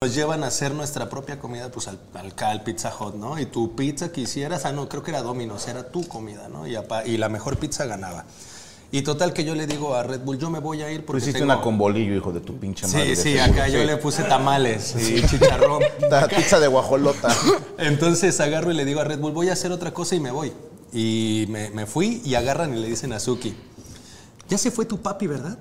nos llevan a hacer nuestra propia comida, pues al, al, al Pizza Hut, ¿no? Y tu pizza que hicieras, ah, no, creo que era Domino's, era tu comida, ¿no? Y, apa, y la mejor pizza ganaba. Y total que yo le digo a Red Bull, yo me voy a ir porque Tú hiciste tengo- una con bolillo, hijo de tu pinche madre. Sí, de sí, seguro. acá yo le puse tamales y chicharrón. La pizza de guajolota. Entonces agarro y le digo a Red Bull, voy a hacer otra cosa y me voy. Y me, me fui y agarran y le dicen a Suki, ya se fue tu papi, ¿verdad?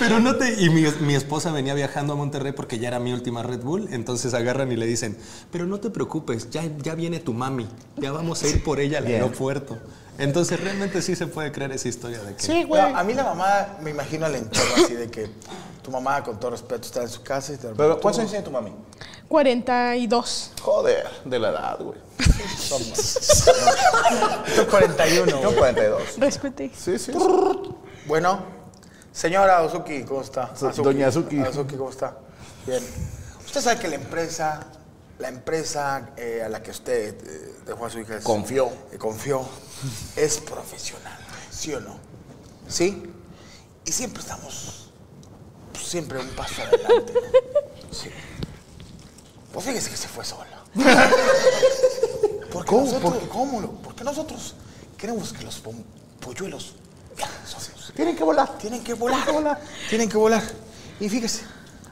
Pero no te... Y mi, mi esposa venía viajando a Monterrey porque ya era mi última Red Bull. Entonces agarran y le dicen, pero no te preocupes, ya, ya viene tu mami. Ya vamos a ir por ella al Bien. aeropuerto. Entonces realmente sí se puede creer esa historia de que... No, a mí la mamá, me imagino al entorno así de que tu mamá, con todo respeto, está en su casa y te Pero, ¿cuántos años tiene tu mami? 42. Joder, de la edad, güey. Tú 41. Yo güey. 42. Respete. Sí, sí. Bueno, señora Ozuki, ¿cómo está? Su- Doña Azuki. Azuki, ¿cómo está? Bien. Usted sabe que la empresa, la empresa eh, a la que usted eh, dejó a su hija es- Confió. eh, confió, es profesional, ¿sí o no? ¿Sí? Y siempre estamos, pues, siempre un paso adelante. ¿no? Sí. Pues fíjese que se fue sola. Porque nosotros, ¿Cómo? lo- Porque nosotros queremos que los pom- polluelos viajen solos. Tienen que volar. Tienen que volar. Tienen que volar. Y fíjese,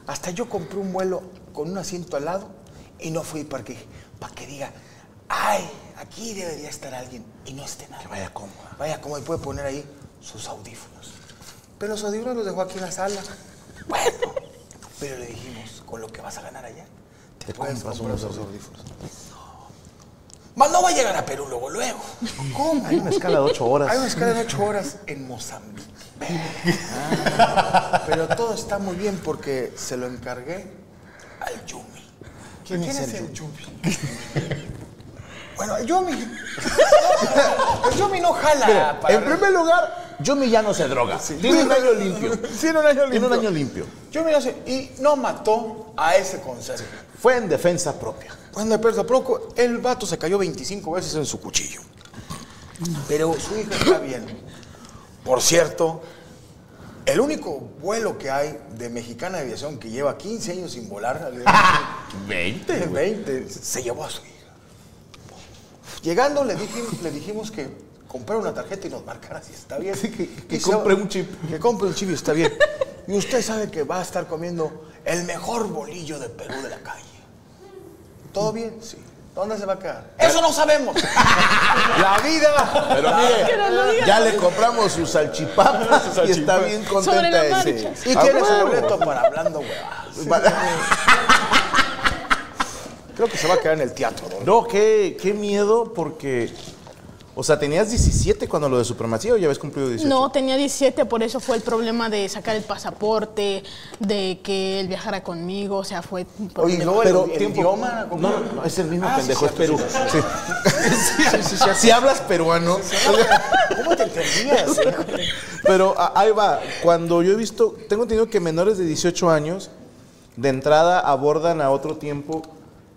hasta yo compré un vuelo con un asiento al lado y no fui para que, para que diga, ay, aquí debería estar alguien y no esté nadie. vaya como. Vaya como y puede poner ahí sus audífonos. Pero los audífonos los dejó aquí en la sala. Bueno, pero le dijimos, con lo que vas a ganar allá, te, puedes comprar unos audífonos. Más no va a llegar a Perú luego, luego. ¿Cómo? Hay una escala de 8 horas. Hay una escala de 8 horas en Mozambique. Pero todo está muy bien porque se lo encargué al Yumi. ¿Quién, es el Yumi? bueno, el Yumi. el Yumi no jala. Mira, para- en primer lugar, Yumi ya no se droga. Tiene un año limpio. Tiene un año Tiene un limpio. año limpio. Yumi no se- y no mató a ese conserje. Fue en defensa propia. Cuando el perro proco, el vato se cayó 25 veces en su cuchillo. Pero su hija está bien. Por cierto, el único vuelo que hay de mexicana de aviación que lleva 15 años sin volar, 20. 20, se llevó a su hija. Llegando le dijimos, le dijimos que comprara una tarjeta y nos marcara si está bien. Sí, que- que Y se- compre un chip. Que compre un chip y está bien. Y usted sabe que va a estar comiendo el mejor bolillo de Perú de la calle. ¿Todo bien? Sí. ¿Dónde se va a quedar? ¡Eso no sabemos! ¡La vida! Pero Que no lo mire, diga. ya le compramos sus salchipapas y está bien Sobre contenta la ese. marcha. Y A tiene su huevo. boleto para Hablando Huevadas. Creo que se va a quedar en el teatro, don. No, qué, qué miedo porque... O sea, tenías 17 cuando lo de supremacía o ya habías cumplido 18. No, tenía 17, por eso fue el problema de sacar el pasaporte, de que él viajara conmigo, o sea, fue... un Oye, problema. luego el- Pero el, tiempo- idioma... No, ¿cómo? no, no, es el mismo Ah, sí, pendejo, es Perú. cierto, sí, Sí. Sí, sí, sí, Si hablas peruano. ¿Cómo te entendías? Pero a- ahí va, cuando yo he visto, tengo entendido que menores de 18 años de entrada abordan a otro tiempo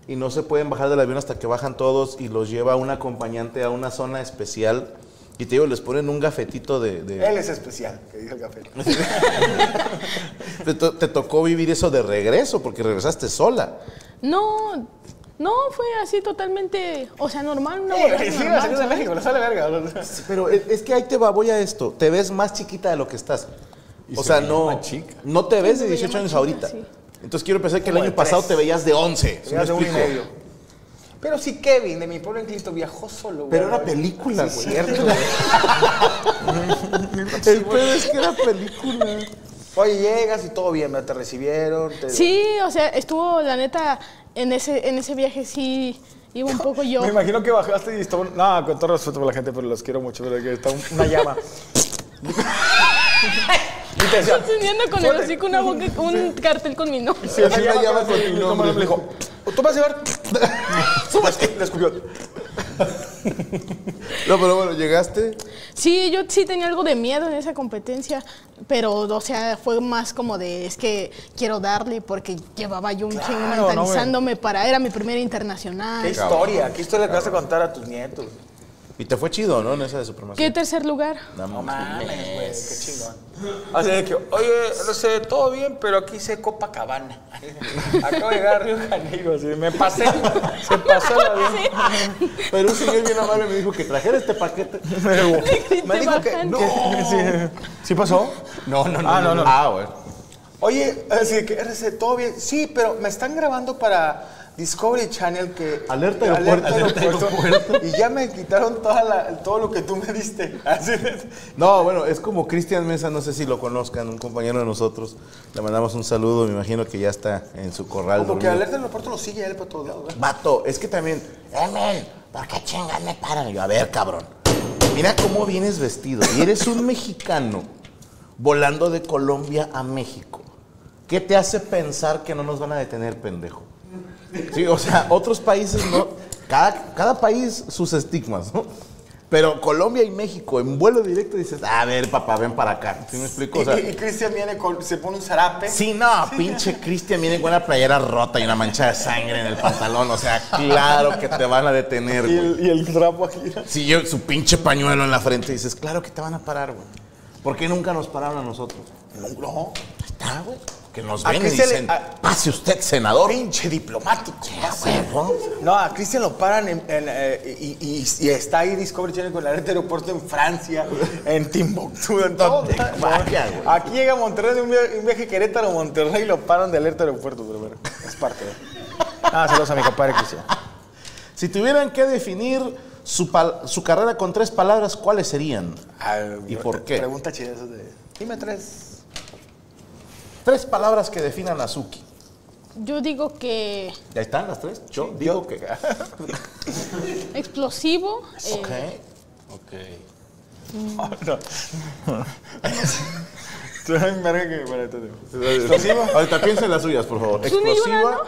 y no se pueden bajar del avión hasta que bajan todos y los lleva un acompañante a una zona especial y te digo, les ponen un gafetito de... de- Él es especial, que dice el café. te, to- te tocó vivir eso de regreso porque regresaste sola. No, no, fue así totalmente, o sea, normal, una Sí, borrachera sí, normal, la señora de ¿sabes? México, le sale verga. Pero es es que ahí te va, voy a esto, te ves más chiquita de lo que estás. Y O se sea, veía no, más chica. no te ves de me veía 18 más años chica, ahorita. sí. Entonces quiero pensar que el Como de año pasado tres. te veías de 11. ¿sí me de un y explico? medio. Pero sí, Kevin, de mi pueblo en Cristo, viajó solo, güey. Pero era película, güey. Cierto, güey. El pedo es que era película. Oye, llegas y todo bien, ¿verdad? Te recibieron. Te... Sí, o sea, estuvo, la neta, en ese, en ese viaje sí iba un poco yo. Me imagino que bajaste y estaba. No, con todo respeto por la gente, pero los quiero mucho, pero que está un- una llama. Y te decía, Teniendo con el hocico una boca, un cartel con mi nombre. Sí, una llama llama con con tu mi nombre. nombre. Me dijo, ¿tú vas a llevar? Súbete. Le escupió. No, pero bueno, llegaste. Sí, yo sí tenía algo de miedo en esa competencia, pero, o sea, fue más como de, es que quiero darle porque llevaba yo un chingo Claro, no, güey. mentalizándome para, era mi primera internacional. qué historia, qué historia que vas a contar a tus nietos. Y te fue chido, ¿no? En esa de supremacía. ¿Qué tercer lugar? No No mames. mames, güey, qué chingón. Así de que, oye, no sé, todo bien, pero aquí hice Copacabana. Acabo de llegar a Río de Janeiro, así, me pasé, se pasó la vida. Pero un señor bien amable me dijo que trajera este paquete. Me dijo que, Bajan. no. Sí, ¿Sí pasó? No, no, no. Ah, no, no. Ah, güey. Oye, así de que, RC, todo bien. Sí, pero me están grabando para Discovery Channel que... Alerta aeropuerto, alerta aeropuerto. Y ya me quitaron toda la- todo lo que tú me diste. Así de- No, bueno, es como Cristian Mesa, no sé si lo conozcan, un compañero de nosotros. Le mandamos un saludo, me imagino que ya está en su corral. Porque dormido. Alerta Aeropuerto lo sigue a él por todos lados, ¿verdad? Vato, es que también, Emel, ¿por qué chingas me paran? Y yo, a ver, cabrón, mira cómo vienes vestido. Y eres un mexicano volando de Colombia a México. ¿Qué te hace pensar que no nos van a detener, pendejo? Sí, o sea, otros países no. Cada, cada país sus estigmas, ¿no? Pero Colombia y México, en vuelo directo, dices, a ver, papá, ven para acá. ¿Sí me explico? O sea, y y Cristian viene con, se pone un zarape. Sí, no, pinche Cristian viene con una playera rota y una mancha de sangre en el pantalón. O sea, claro que te van a detener, Y güey. el, y el trapo aquí. Si yo, su pinche pañuelo en la frente, dices, claro que te van a parar, güey. ¿Por qué nunca nos pararon a nosotros? No, no. Ahí Está, güey. Que nos ¿A ven y qué se le- dicen, a- pase usted, senador. Pinche diplomático. Ah, huevo. No, a Cristian lo paran en- en, eh, y, y- y está ahí Discovery Channel con la red de aeropuerto en Francia, en Timbuktu, en todo. Donde vaya, güey. Aquí llega a Monterrey de un viaje, un viaje Querétaro a Monterrey y lo paran de alerta aeropuerto, pero bueno, es parte de. Ah, saludos a mi compadre Cristian. Si tuvieran que definir su, pal- su carrera con tres palabras, ¿cuáles serían? ¿Y por qué? Ah, Pregunta chida esa de. Dime tres. Tres palabras que definan a Suki. Yo digo que ¿Ya están las tres? Yo digo que... explosivo. eh, Ok. Ok. Mm. Tú eres un verga que- bueno, te digo. ¿Explosiva? Ahorita piensen las suyas, por favor. Pues una y una, ¿Explosiva?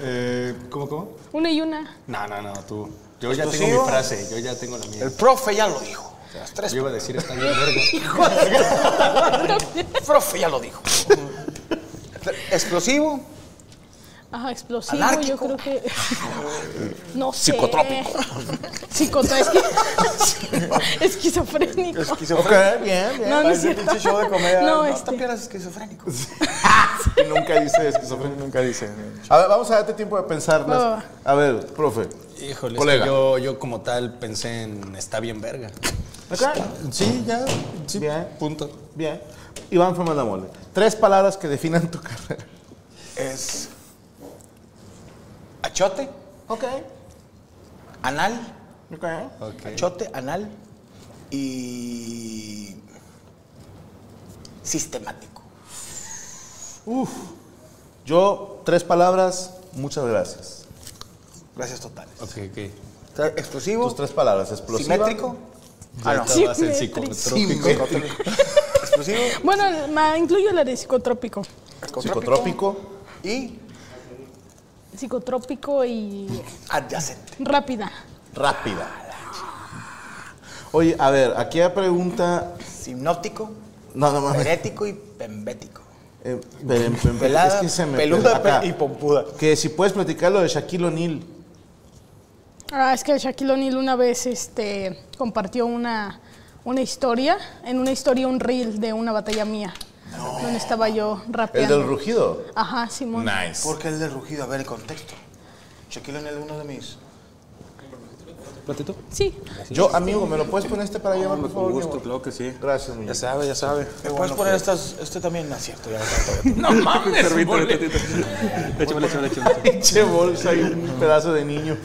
Eh, ¿Cómo, cómo? Una y una. No, no, no, tú. Yo ya tengo ¿Exclusivo? mi frase, yo ya tengo la mía. El profe ya lo dijo. Las tres. Yo iba a decir esta bien verga. El profe ya lo dijo. Explosivo. Ajá, explosivo, yo Anárquico. creo que. No sé. Psicotrópico. Psicotrópico. Esquizofrénico. Esquizofrénico. bien, bien. No, no es Parece cierto. pinche show de comedia. No, No, este- te pierdas esquizofrénico. Y nunca dice esquizofrenia. Nunca dice. A ver, vamos a darte tiempo de pensar. las- Va. A ver, profe. Híjole, es Colega. que yo, yo como tal pensé en está bien verga. Acá. Sí, ya, sí, Bien. punto. Bien. Iván Fama la mole. Tres palabras que definan tu carrera. Es. Achote, Ok. anal, Ok. achote, anal y. sistemático. Uf. Yo, tres palabras, muchas gracias. Gracias totales. Ok, ok. O sea, Explosivo, Tus tres palabras, explosiva. simétrico. Ah, no. Estabas en Simétrico. psicotrópico. Explosivo, Bueno, ma- incluyo la de psicotrópico. Psicotrópico. y Psicotrópico y adyacente. rápida. Rápida. Oye, a ver, aquí hay pregunta. Simnótico, No, no mames. herético y pembético. Eh, peren- peren- Pelada, es que se me- peluda acá. pe- y pompuda. Que si puedes platicar lo de Shaquille O'Neal. Ah, es que Shaquille O'Neal una vez este, compartió una, una historia, en una historia un reel de una batalla mía, donde estaba yo El rapeando. del rugido. Ajá, Simón. Nice. ¿Por qué el de rugido? A ver el contexto. Shaquille O'Neal es uno de mis. ¿Platito? Sí, Yo, amigo, ¿me lo puedes poner este para llevar, por favor? mi amor? claro que sí. Gracias, mi sabe, ya sabe. ¿Me puedes poner estas, este también? No, es cierto, ya. Échamele, échamele, échamele. Pinche bolsa y un pedazo de niño.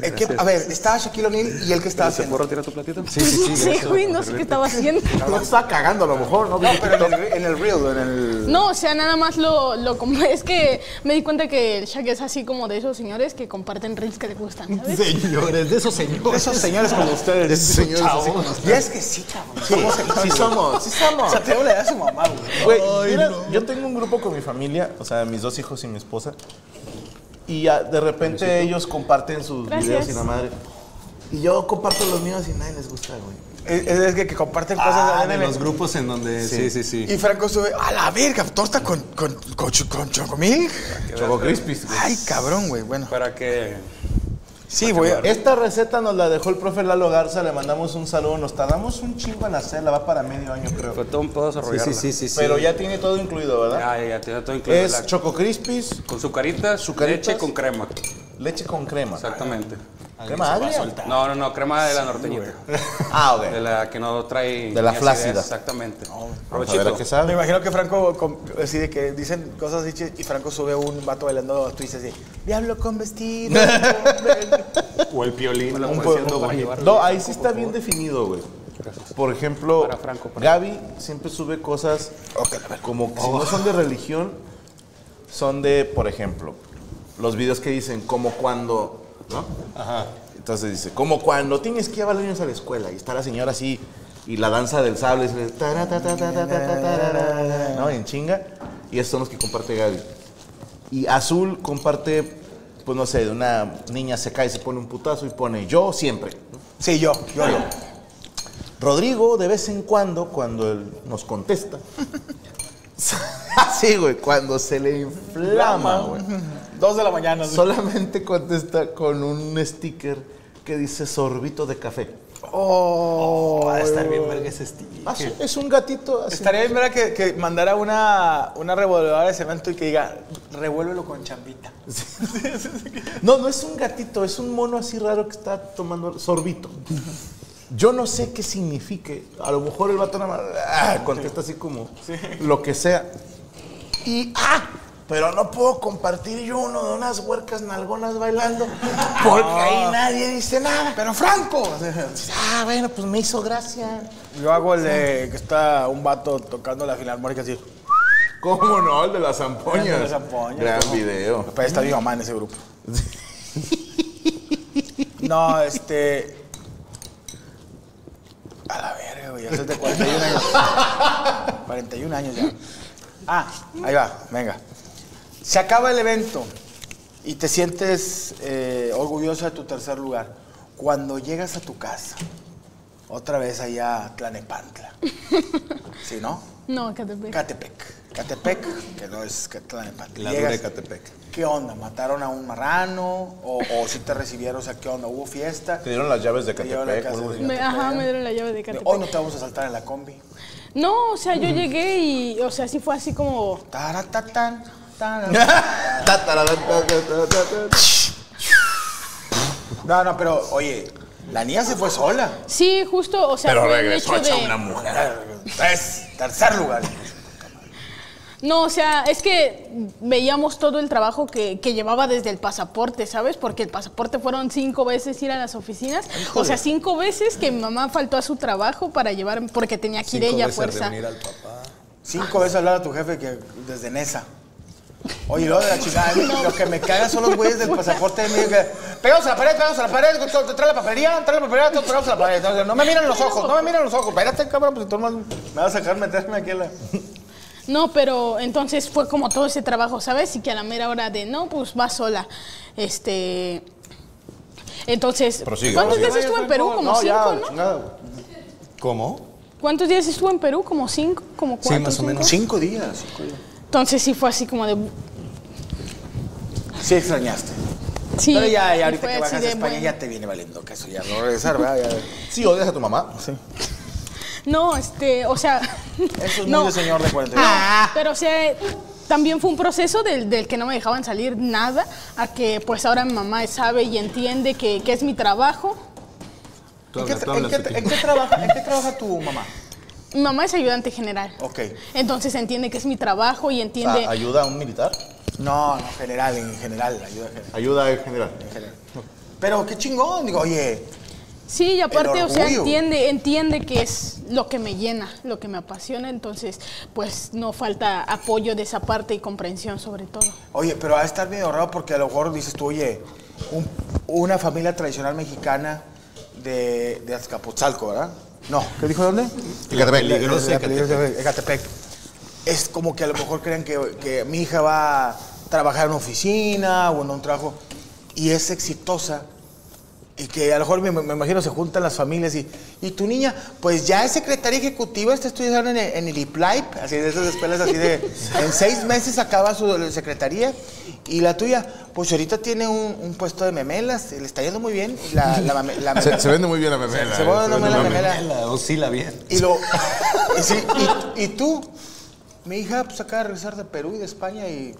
Es que, a ver, estaba Shaquille O'Neal y el que estaba haciendo. retirar tu platito? Sí, pues sí, sí. no sé, güey, no sé qué estaba haciendo. No está cagando a lo mejor, ¿no? No, pero en el, en el reel, en el. No, o sea, nada más lo, lo com- es que me di cuenta que el Shaq es así como de esos señores que comparten reels que le gustan, ¿sabes? Señores, de esos señores. Esos señores como ustedes. Esos señores así como Y es que sí, cabrón. Sí, Sí somos, sí O somos. sea, tengo la edad de su mamá, güey. Güey, mira, yo tengo un grupo con mi familia, o sea, mis dos hijos y mi esposa. Y ya, de repente ellos comparten sus Gracias. videos y la madre. Y yo comparto los míos y nadie les gusta, güey. Es, es que, que comparten cosas Ah, de de ADN. los grupos en donde. Sí, sí, sí. Y Franco sube, a la verga, torta con, con, con, chu- con chocomil. Choco Crispis, güey. Ay, cabrón, güey, bueno. Para que Sí, voy a... Esta receta nos la dejó el profe Lalo Garza, le mandamos un saludo, nos tardamos un chingo en hacerla, va para medio año creo. Fue pues, todo un pedazo Sí, sí, arrollarla. sí, sí. sí. Pero ya tiene todo incluido, ¿verdad? Ya, ya, ya, te da todo incluido. Es la- Choco Crispis, con sucaritas, Sucaritas. leche con crema. leche con crema. Exactamente. ¿Crema agria? No, no, no, crema de la norteñita. Ah, De ok. la que no trae. De la ni acidez, flácida. Exactamente. Vamos a ver a qué Provechito. Me sabe. imagino que Franco, com- así de que dicen cosas así, ch- y Franco sube un vato bailando twist así, diablo con vestido. O el piolín. Bueno, un pues, poco- no, para llevar. No, ahí sí está bien definido, güey. Por ejemplo, Para Franco, para- Gaby siempre sube cosas como que si no son de religión, son de, por ejemplo, los videos que dicen como cuando, ¿no? Ajá. Entonces dice, como cuando tienes que llevar a los niños a la escuela y está la señora así y la danza del sable, y se- tara, ta, ta, ta, ta, ta, ta, tarara, ¿no? En chinga. Y esos son los que comparte Gaby. Y Azul comparte, pues no sé, de una niña se cae, se pone un putazo y pone yo siempre. Sí, yo, yo, yo. Rodrigo, de vez en cuando, cuando él nos contesta, así, güey, cuando se le inflama, güey. Dos de la mañana. sí. Solamente contesta con un sticker que dice sorbito de café. Oh, Va a estar bien verga ese estilo. Ah, sí, es un gatito así. Estaría bien, ¿verdad? Que, que mandara una, una revolvedora de cemento y que diga, revuélvelo con chambita. No, no es un gatito, es un mono así raro que está tomando sorbito. Yo no sé qué signifique. A lo mejor el vato nada más ah, contesta así como lo que sea. Y ah, pero no puedo compartir yo uno de unas huercas nalgonas bailando porque ahí nadie dice nada. Pero Franco. Ah, bueno, pues me hizo gracia. Yo hago el de que está un vato tocando la filarmónica así. ¿Cómo no? El de las zampoñas. El de las zampoñas, Gran ¿cómo? video. Papá, está mi mamá en ese grupo. No, este. A la verga, güey. Ya soy de 41 años. 41 años ya. Ah, ahí va, venga. Se acaba el evento y te sientes eh, orgulloso de tu tercer lugar. Cuando llegas a tu casa, otra vez allá a Tlanepantla. ¿Sí, no? No, Catepec. Catepec. Catepec, que no es que Tlanepantla. La Llegas- dura de Catepec. ¿Qué onda? ¿Mataron a un marrano? ¿O, si te recibieron? O sea, ¿qué onda? ¿Hubo fiesta? Te dieron las llaves de Te llevan a Catepec. casa o algo de- así. Me- ajá, me dieron la llave Oh, de Catepec. Hoy Oh, no te vamos a saltar en la combi. No, o sea, yo llegué y, o sea, sí fue así como, Taratatán, tarara. Ta, ta, ra, ta, ta, ta, ta, ta. No, no, pero oye, la niña se fue sola. sí, justo, o sea, fue el hecho de- Tres, tercer lugar. No, o sea, es que veíamos todo el trabajo que, que llevaba desde el pasaporte, ¿sabes? Porque el pasaporte fueron cinco veces ir a las oficinas. O sea, cinco veces que mi mamá faltó a su trabajo para llevar, porque tenía que ir Cinco ella a veces fuerza. reunir al papá. Cinco veces hablar a tu jefe que desde Nesa. Oye, lo de la chingada, lo que me cagan son los güeyes del pasaporte de mí que pegados a la pared, pegados a la pared, tra- tra- trae la papelería, trae la papelería, todos pegados a la pared. No, no me miran los ojos, no me miran los ojos. Espérate, cabrón, pues tú no me vas a dejar meterme aquí a la. No, pero entonces fue como todo ese trabajo, ¿sabes? Y que a la mera hora de, no, pues va sola. Este. Entonces, Prosigue, ¿cuántos prosigue. días estuvo en Perú? Como No, cinco, ya, ¿no? chingada, güey. ¿Cómo? ¿Cuántos días estuvo en Perú? Como cinco, como cuatro. más o cinco. menos. Cinco días. Entonces sí fue así como de. Sí, extrañaste. Sí, Pero ya, y ya ahorita fue que así bajas a de, España bueno. ya te viene valiendo que eso ya no regresar, ¿verdad? Sí, odias a tu mamá. No, este, o sea. Eso es no. muy de señor de 41. No, pero o sea, también fue un proceso del, del que no me dejaban salir nada, a que pues ahora mi mamá sabe y entiende que, que es mi trabajo. Tú ¿En qué, habla, tú tra- habla, en qué- Suki. en qué trabaja, en qué trabaja tu mamá? Mi mamá es ayudante general. Ok. Entonces entiende que es mi trabajo y Ah, entiende. ¿Ayuda a un militar? No, no, general, en general, ayuda general, Ayuda en general. en general. Pero qué chingón, digo, oye, sí, y aparte, o sea, orgullo. entiende, entiende que es lo que me llena, lo que me apasiona. Entonces, pues no falta apoyo de esa parte y comprensión sobre todo. Oye, pero ha de estar bien ahorrado porque a lo mejor dices tú, oye, un- una familia tradicional mexicana de, de Azcapotzalco, ¿verdad? No, ¿qué dijo dónde? Catepec. La- la- Peligrosa la- la- Ecatepec. la- Ecatepec. Es como que a lo mejor creen que, que mi hija va a trabajar en una oficina o en un trabajo y es exitosa Y que a lo mejor me, me imagino se juntan las familias y, y tu niña, pues ya es secretaria ejecutiva, está estudiando en, el- en el IPLAIP, así de esas escuelas así de. En seis meses acaba su secretaría. Y la tuya, pues ahorita tiene un, un puesto de memelas, le está yendo muy bien. y La, la, mame- la Se, meme- se vende muy bien la memela. se eh, vende muy bien la muy memela. Mela, oscila bien. Y lo. y sí, y, y tú, mi hija, pues acaba de regresar de Perú y de España y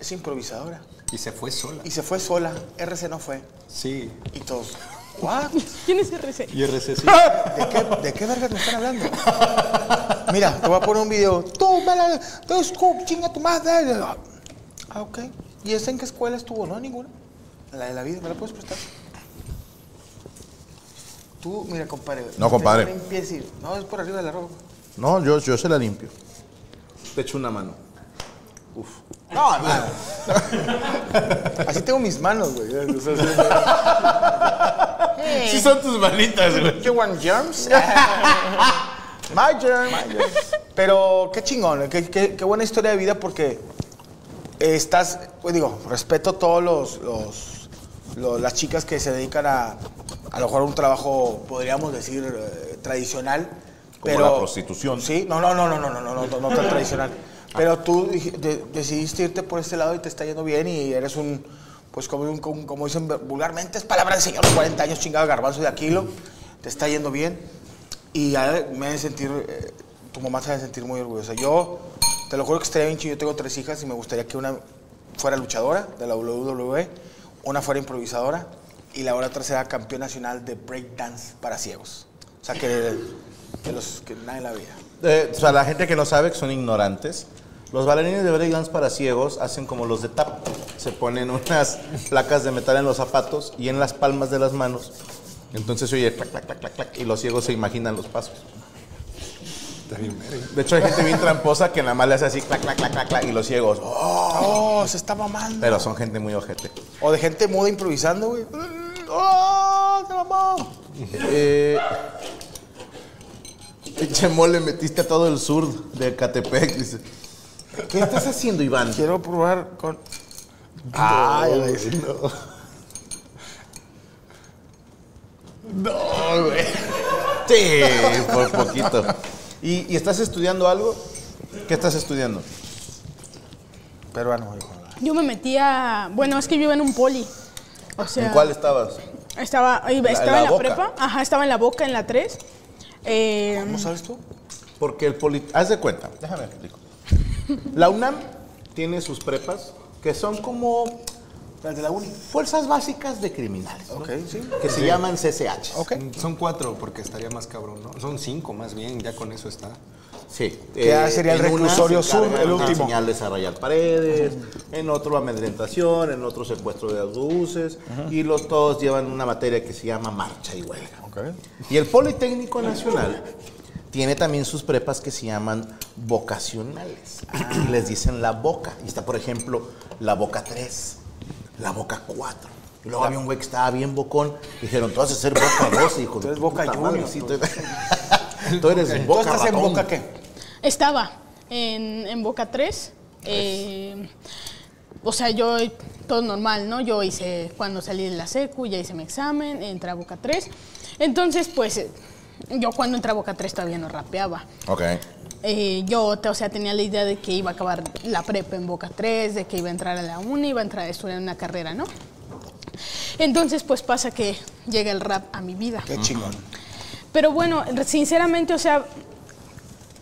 es improvisadora. Y se fue sola. Y se fue sola, RC no fue. Sí. Y todos, ¿what? ¿Quién es RC? Y RC sí. ¿De qué, ¿De qué vergas me están hablando? Mira, te voy a poner un video. Tú, mala, tú, escu- chinga tu madre. Ah, ok. ¿Y esa en qué escuela estuvo? No, ninguna. La de la vida, ¿me la puedes prestar? Tú, mira, compadre. No, compadre. tengo limpieza y- No, es por arriba de la ropa. No, yo, yo se la limpio. Te echo una mano. No, no. Así tengo mis manos, güey. O sea, así- Sí son tus manitas, güey. You want germs? My germs. Pero qué chingón, qué, qué- qué buena historia de vida porque eh, estás, pues digo, respeto todos los, los- los- las chicas que se dedican a a lo mejor un trabajo, podríamos decir, eh, tradicional. Como pero- la prostitución. Ah. Sí, no, no, no, no, no, no, no, no, no tan tradicional. Pero tú dij- de- decidiste irte por este lado y te está yendo bien y eres un, pues como, un- como- como dicen vulgarmente, es palabra de señor, 40 años chingado garbanzo de Aquilo, te está yendo bien y ya me hace sentir, eh, tu mamá se hace sentir muy orgullosa. Yo, te lo juro que estaría bien chido, yo tengo tres hijas y me gustaría que una fuera luchadora de la WWE, una fuera improvisadora y la otra será campeón nacional de breakdance para ciegos. O sea, que de los que nadie la veía. Eh, o sea, la gente que no sabe, que son ignorantes. Los bailarines de breakdance para ciegos hacen como los de tap. Se ponen unas placas de metal en los zapatos y en las palmas de las manos. Entonces se oye clac, clac, clac, clac, clac, y los ciegos se imaginan los pasos. De hecho, hay gente bien tramposa que nada más le hace así clac, clac, clac, clac, clac, y los ciegos. "Oh", Oh, se está mamando. pero son gente muy ojete. O de gente muda improvisando, güey. ¡Oh, se mamó! Eh, pinche mole, metiste a todo el sur de Catepec. dice. ¿Qué estás haciendo, Iván? Quiero probar con. Ah, ya No, güey. Sí, por poquito. ¿Y, y estás estudiando algo? ¿Qué estás estudiando? Peruano, hijo. Yo me metía. Bueno, es que yo iba en un poli. O sea, ¿En cuál estabas? Estaba, iba- La- estaba la en la boca. prepa. Ajá, estaba en la boca, en la Eh, 3. ¿Cómo sabes tú? Porque el poli... Haz de cuenta, déjame explico. La UNAM tiene sus prepas que son como Las de la uni. fuerzas básicas de criminales, ¿no? Ok, sí. que se llaman CCH. Ok. Son cuatro, porque estaría más cabrón, ¿no? Son cinco más bien, ya con eso está. Sí. eh, Que ya sería el en una reclusorio se sur, encargan el de último. enseñarles a rayar paredes, en otro amedrentación, en otro secuestro de autobuses, y los todos llevan una materia que se llama marcha y huelga. Y el Politécnico Nacional tiene también sus prepas que se llaman vocacionales. Ah. Les dicen la boca. Y está, por ejemplo, la boca 3, la boca 4. Y luego había un güey que estaba bien bocón. Dijeron, tú vas a ser boca 12, hijo. de Tú eres tu Boca puta madre". Junior, Sí, tú. tú eres- Tú eres ¿Tú boca estás en ratón. boca qué? Estaba en, en Boca 3. eh, o sea, yo todo normal, ¿no? Yo hice, cuando salí de la secu, ya hice mi examen, entré a Boca 3. Entonces, pues, eh, yo cuando entré a Boca 3 todavía no rapeaba. Ok. Eh, yo, te- o sea, tenía la idea de que iba a acabar la prepa en Boca 3, de que iba a entrar a la uni, iba a entrar a estudiar una carrera, ¿no? Entonces, pues pasa que llega el rap a mi vida. Qué chingón. Pero bueno, sinceramente, o sea,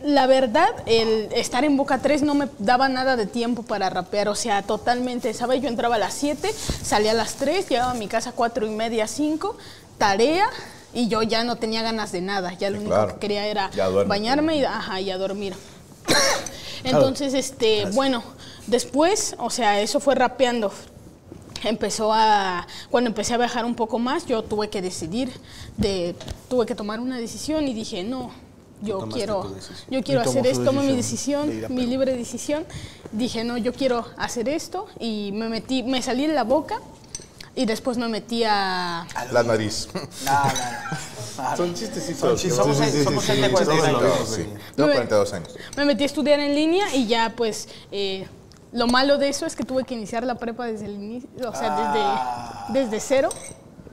la verdad, el estar en Boca 3 no me daba nada de tiempo para rapear, o sea, totalmente, ¿sabes? Yo entraba a las 7, salía a las 3, llegaba a mi casa a 4 y media, 5, tarea, y yo ya no tenía ganas de nada, ya lo único claro. que quería era Ya duerme. bañarme y, ajá, y a dormir. Entonces, este, bueno, después, o sea, eso fue rapeando, empezó a cuando empecé a viajar un poco más yo tuve que decidir de tuve que tomar una decisión y dije no yo quiero yo quiero hacer esto tomé mi decisión mi libre decisión dije no yo quiero hacer esto y me metí me salí en la boca y después me metí a La nariz. No, no, no. Son chistecitos. Somos Sí, sí, sí, gente somos sí, gente sí, de 46 todos años. lo vimos, sí. Tengo 42 años. me metí a estudiar en línea y ya pues eh, lo malo de eso es que tuve que iniciar la prepa desde el inicio, o sea, desde, desde cero.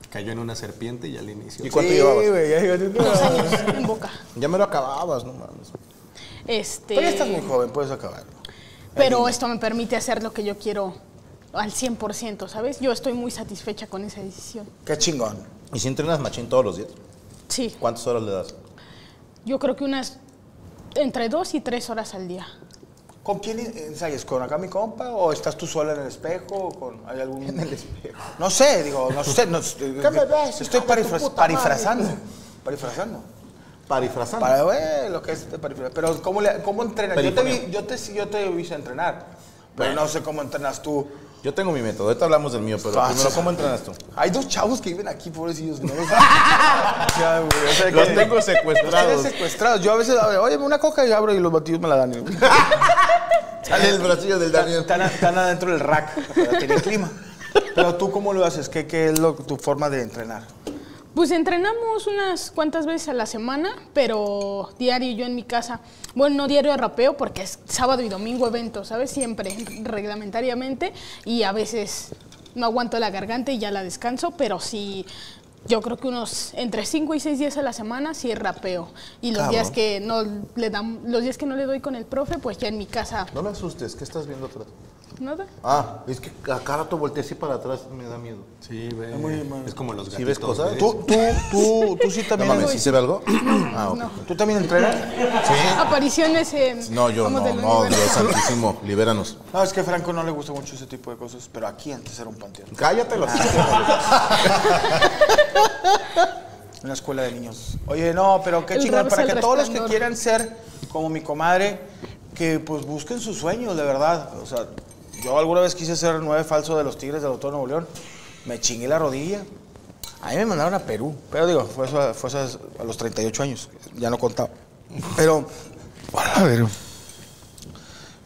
Cayó en una serpiente y al inicio. ¿Y cuánto llevabas? güey, ya digo, no. Dos años en boca. Ya me lo acababas, no mames. Este, Todavía Pues estás muy joven, puedes acabarlo. pero esto me permite hacer lo que yo quiero al 100%, ¿sabes? Yo estoy muy satisfecha con esa decisión. Qué chingón. ¿Y si entrenas machín todos los días? Sí, ¿Cuántas horas le das? yo creo que unas entre dos y tres horas al día. ¿Con quién ensayas? ¿Con acá mi compa? ¿O estás tú sola en el espejo? ¿O con, ¿Hay algún...? En el espejo. No sé, digo, no sé. No, ves, estoy hijo de tu parifra- puta parifrazando. Parifrazando. Parifrazando. Para ver lo que es este parifra- Pero ¿cómo, le, cómo entrenas? Yo te, vi, Perifoneo. yo, te, yo te he visto entrenar. Pero no sé cómo entrenas tú. Yo tengo mi método, ahorita hablamos del mío, pero Ah, primero, sí. ¿cómo entrenas tú? Hay dos chavos que viven aquí, pobrecillos. No los, Ya, güey, o sea, Los que- tengo secuestrados. Los tienes secuestrados. Yo a veces, oye, una coca y abro y los batidos me la dan. Sale el bracillo del Daniel. Están, están adentro del rack, pero tiene clima. Pero tú, ¿cómo lo haces? ¿Qué, qué es lo- tu forma de entrenar? Pues entrenamos unas cuantas veces a la semana, pero diario yo en mi casa. Bueno, no diario de rapeo porque es sábado y domingo evento, ¿sabes? Siempre, reglamentariamente. Y a veces no aguanto la garganta y ya la descanso, pero sí, yo creo que unos entre 5 y 6 días a la semana sí rapeo. Y los días que no le dan, los días que no le doy con el profe, pues ya en mi casa. No me asustes, ¿qué estás viendo atrás? Nada. Ah, es que a cada rato volteé así para atrás, me da miedo. Sí, ve. Es como los gatitos. ¿Sí ves cosas? ve. ¿Tú, tú, tú, tú sí No también, mames, ¿sí se ve algo? Ah, ok. No. ¿tú también entrenas? Apariciones en. No, yo Amos no, del no, Universo. Dios santísimo, libéranos. No, es que a Franco no le gusta mucho ese tipo de cosas, pero aquí antes era un panteón. Cállate los Una escuela de niños. Oye, no, pero qué El chingón. rap Para es el que todos los que resplandor. quieran ser como mi comadre, que pues busquen sus sueños, de verdad. O sea, yo alguna vez quise ser nueve falso de los Tigres del Autor Nuevo León. Me chingué la rodilla. A mí me mandaron a Perú. Pero digo, fue, eso- fue eso a los 38 años. Ya no contaba. Pero, a ver.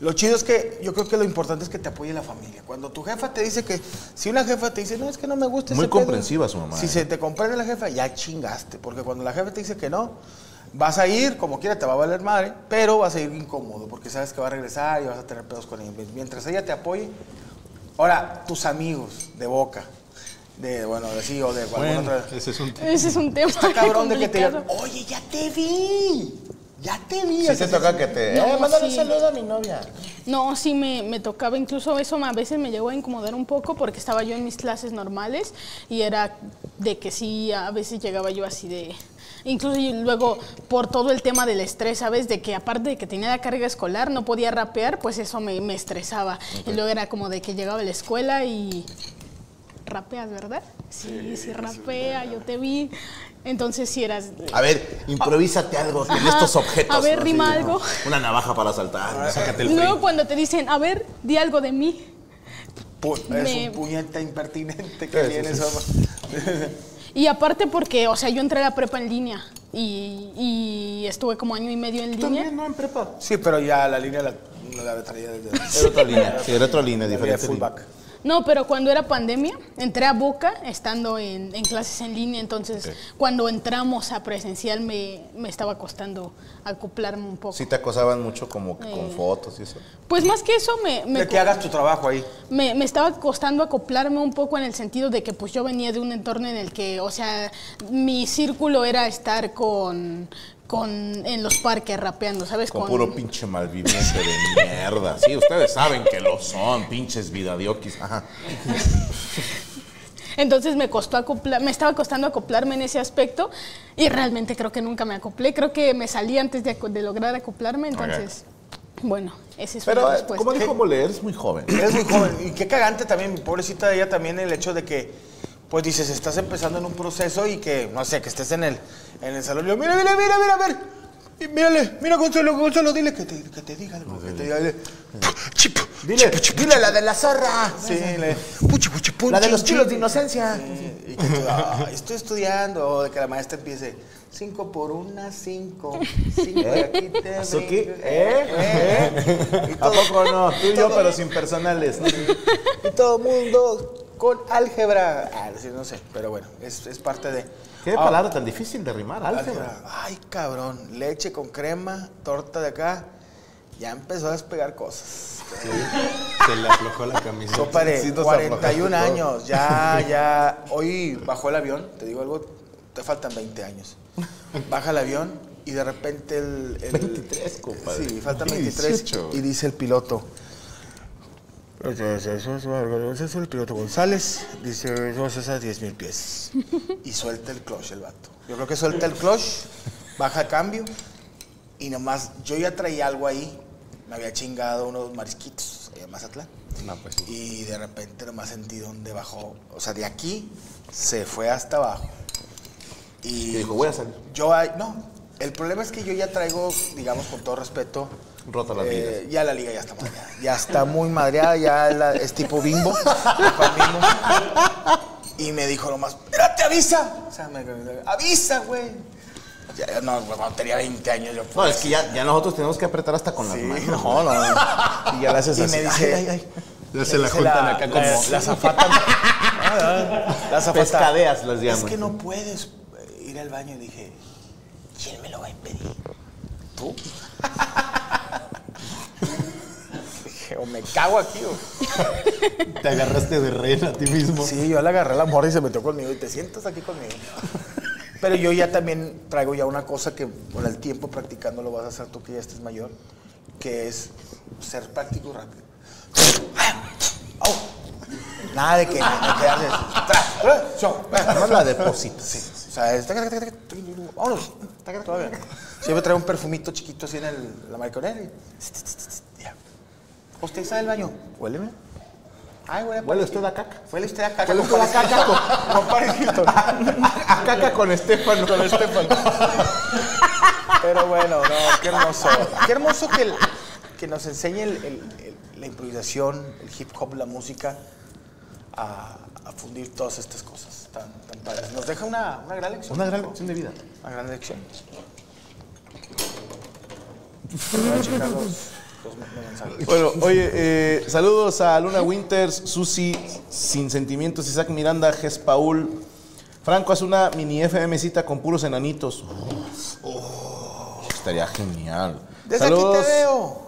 Lo chido es que yo creo que lo importante es que te apoye la familia. Cuando tu jefa te dice que, si una jefa te dice, no, es que no me gusta Muy ese pedo", comprensiva su mamá, Si ¿eh? se te comprende la jefa, ya chingaste. Porque cuando la jefa te dice que no, vas a ir, como quiera, te va a valer madre, pero vas a ir incómodo porque sabes que va a regresar y vas a tener pedos con ella. Mientras ella te apoye. Ahora, tus amigos de boca, de, bueno, de sí o de alguna Bueno, otra. ese es un tema. Ese es un tema. Está cabrón de que te digan, complicado. oye, ya te vi, ya te vi. Si te toca que te... No, Eh, mándale sí. un saludo a mi novia. No, sí me, me tocaba, incluso eso me- a veces me llegó a incomodar un poco porque estaba yo en mis clases normales y era de que sí, a veces llegaba yo así de... Incluso y luego por todo el tema del estrés, ¿sabes? De que aparte de que tenía la carga escolar, no podía rapear, pues eso me, me estresaba. Y luego era como de que llegaba a la escuela y... Rapeas, ¿verdad? Sí, sí, rapea, yo te vi. Entonces sí eras... A ver, improvísate algo con estos objetos. Ah, a ver, ¿no? rima Así, algo. Una navaja para saltar. Sácate el Luego frío. cuando te dicen, a ver, di algo de mí. Pu- Me- Es un puñeta impertinente pues, que viene eso. Y aparte porque, o sea, yo entré a la prepa en línea y, y estuve como año y medio en línea. no en prepa. Sí, pero ya la línea la, la traía desde Era otra línea, sí, era otra línea la línea de diferente. fullback. No, pero cuando era pandemia, entré a Boca estando en, en clases en línea, entonces cuando entramos a presencial me, me estaba costando acoplarme un poco. Sí te acosaban mucho como que con Eh. fotos y eso. Pues más que eso me, me De que hagas tu trabajo ahí. me, me estaba costando acoplarme un poco en el sentido de que pues yo venía de un entorno en el que, o sea, mi círculo era estar con, con en los parques rapeando, ¿sabes? Con puro pinche malviviente de mierda. Sí, ustedes saben que lo son, pinches vidadioquis. Ajá. Entonces me costó acoplar, me estaba costando acoplarme en ese aspecto y realmente creo que nunca me acoplé, creo que me salí antes de, aco- de lograr acoplarme, entonces, bueno, esa es Pero, eh, una respuesta. como dijo Mole, eres muy joven. Eres muy joven. Y qué cagante también, pobrecita de ella también, el hecho de que, pues dices, estás empezando en un proceso y que, no sé, que estés en el, en el salón y yo, mira, mira, mira, mira, a ver. Y mírale, mira, Gonzalo, Gonzalo, dile que te, que te diga algo. Que te diga, dile. Chip, Dile, dile la de la zorra. Sí, le. La de los chilos de inocencia. Eh, y que tú, "Ay, estoy estudiando, o de que la maestra empiece, cinco por una, cinco, cinco, y ¿Eh? aquí te Azuki, brinco". ¿eh? Y ¿A todo- poco no? Tú y yo, todo- pero sin personales. Y todo mundo con álgebra. Ah, sí, no sé, pero bueno, es, es parte de... Qué Ah, palabra tan difícil de rimar, álgebra. Álgebra. Ay, cabrón, leche con crema, torta de acá, Ya empezó a despegar cosas. Se le aflojó la camisa. Compadre, Sí, nos 41 aflojaste todo. años, ya, ya. Hoy bajó el avión, te digo algo, te faltan 20 años. Baja el avión y de repente el. el- 23, compadre. Sí, faltan 23. 18. Y dice el piloto. Pues, Es el piloto González, "Pues", dice, vamos a hacer 10 mil pies. Y suelta el clutch el vato. Yo creo que suelta el clutch, baja a cambio y nomás, yo ya traía algo ahí, me había chingado unos marisquitos allá en Mazatlán. No, pues sí. Y de repente nomás sentí donde bajó. O sea, de aquí se fue hasta abajo. Y Y dijo, voy a salir. Yo, ahí- no, el problema es que yo ya traigo, digamos, con todo respeto. Rota las eh, vidas. ya la liga ya está madreada. Ya está muy madreada, ya la- es tipo bimbo. tipo bimbo. Y me dijo nomás, ¡Espérate, avisa! O sea, me, avisa, güey. Ya, ya no, güey, cuando tenía 20 años yo. No, es que ya, ya nosotros tenemos que apretar hasta con las manos. no, no, no. Y ya la haces Y así. me dice, Ay, ay, ay. Ya se la juntan acá como. La zafata. la zafata. Pescadeas las Es llaman. que no puedes eh, ir al baño. Y dije, ¿quién me lo va a impedir? ¿Tú? dije, o me cago aquí o... Te agarraste de rehén a ti mismo. Sí, yo le agarré la morra y se metió conmigo. Y te sientas aquí conmigo. Pero yo ya también traigo ya una cosa que con el tiempo practicando lo vas a hacer tú que ya estés mayor, que es ser práctico y rápido. Au. Nada de que me quedarse. Tra, tra, show. Nada más la depositas. Sí. O sea, es... taca, taca, taca, taca, Vámonos. Taca, taca, todavía. Siempre traigo un perfumito chiquito así en el- la mariconera. y- Ya. ¿Usted está del baño? Huéleme. Ay, huele. a Huele pare- usted a caca. Huele usted a caca. Huele usted a compadre. caca con- Compadrecito. A caca con Estefano. Con Pero bueno, no, qué hermoso. Qué hermoso que, el- que nos enseñe el- el- el- la improvisación, el hip hop, la música, a, a fundir todas estas cosas tan, tan padres. Nos deja una, una gran lección. Una gran lección de vida. Una gran lección. Voy a checar los- los mensajes. Bueno, oye, eh, saludos a Luna Winters, Susi, Sin Sentimientos, Isaac Miranda, Ges Paul. Franco hace una mini FM cita con puros enanitos. Oh, estaría genial. Desde aquí te veo.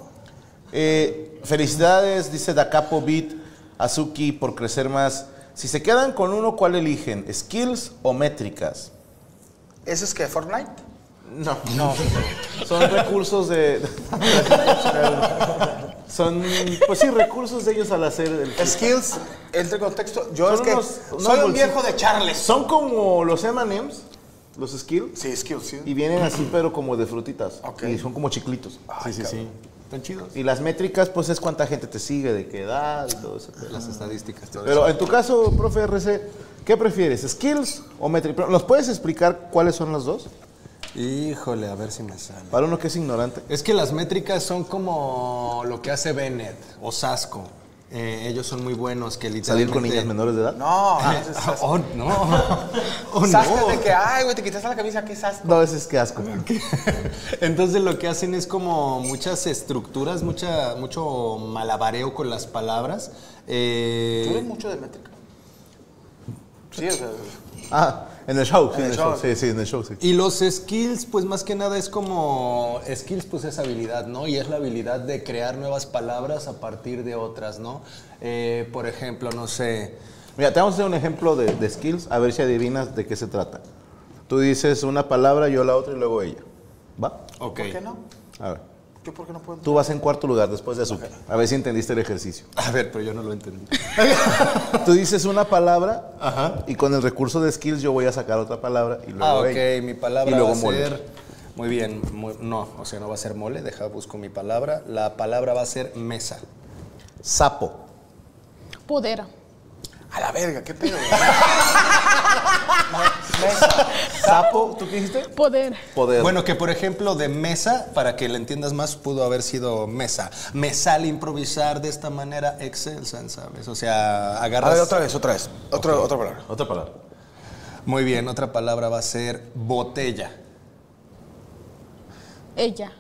Eh, felicidades, dice Da Capo Beat, Azuki, por crecer más. Si se quedan con uno, ¿cuál eligen? ¿Skills o métricas? ¿Eso es que Fortnite? No, no. Son recursos de. son, pues sí, recursos de ellos al hacer el. Skills, entre contexto. Yo Son es que unos- unos soy un bolsitos. viejo de Charles. Son como los MMs, los skills, Sí, skills, sí. y vienen así, pero como de frutitas. Ok. Y son como chiclitos. Sí, sí, sí. Están chidos. Y las métricas, pues es cuánta gente te sigue, de qué edad y todo eso. Las estadísticas, todo Pero eso. en tu caso, profe RC, ¿qué prefieres? ¿Skills o métricas? ¿Nos puedes explicar cuáles son las dos? Híjole, a ver si me sale. Para uno que es ignorante. Es que las métricas son como lo que hace Bennett o Sasco. Eh, ellos son muy buenos que Salir literalmente... con niñas menores de edad. No, Ah, entonces, ah, oh, no. Oh, Sasco no. de que, ay, güey, te quitaste la camisa, qué sasco. No, ese es que asco. Entonces lo que hacen es como muchas estructuras, mucha, mucho malabareo con las palabras. Eh, Tú eres mucho de métrica. Sí, o sea, Ah, en el show, sí, En en el el show. show. Sí, sí, en el show, sí. Y los skills, pues más que nada es como, skills pues es habilidad, ¿no? Y es la habilidad de crear nuevas palabras a partir de otras, ¿no? Eh, por ejemplo, no sé, Mira, te vamos a hacer un ejemplo de, de skills, a ver si adivinas de qué se trata. Tú dices una palabra, yo la otra y luego ella. ¿Va? ok. ¿por qué no? A ver. ¿Yo por qué no puedo? Tú vas en cuarto lugar después de azúcar. A ver si entendiste el ejercicio. A ver, pero yo no lo entendí. Tú dices una palabra Ajá. y con el recurso de skills yo voy a sacar otra palabra y luego Ah, ok, ella. mi palabra Y luego va a mole. ser... Muy bien, mu- no, o sea, no va a ser mole, deja, busco mi palabra. La palabra va a ser mesa. Sapo. Poder. A la verga, qué pedo. güey? Sapo, ¿tú qué dijiste? Poder. Poder. Bueno, que por ejemplo de mesa, para que le entiendas más, pudo haber sido mesa. Me sale improvisar de esta manera excelsa, ¿sabes? O sea, agarras... A ver, otra vez, otra vez. Otra, otra palabra. otra palabra. Muy bien, otra palabra va a ser botella. Ella.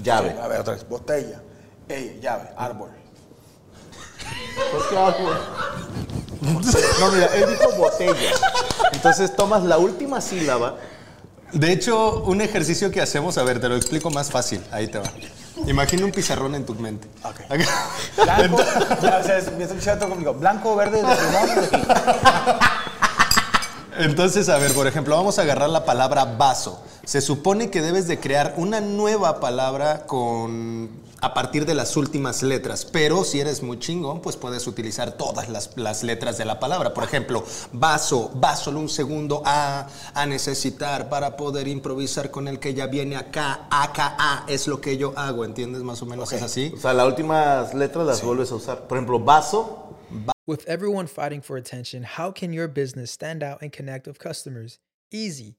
Llave. A ver, otra vez. Botella, ella, llave, árbol. ¿Por qué hago? No, mira, él dijo botella. Entonces tomas la última sílaba. De hecho, un ejercicio que hacemos, a ver, te lo explico más fácil. Ahí te va. Imagina un pizarrón en tu mente. Ok. Acá. Blanco, ya, o sea, es- me estoy todo conmigo. Blanco, verde, de limón. Entonces, a ver, por ejemplo, vamos a agarrar la palabra vaso. Se supone que debes de crear una nueva palabra con a partir de las últimas letras, pero si eres muy chingón, pues puedes utilizar todas las, las letras de la palabra. Por ejemplo, vaso, va solo un segundo a, a necesitar para poder improvisar con el que ya viene acá, acá, a, es lo que yo hago, ¿entiendes? Más o menos es así. O sea, las últimas letras las vuelves a usar. Por ejemplo, vaso, With everyone fighting for attention, how can your business stand out and connect with customers? Easy.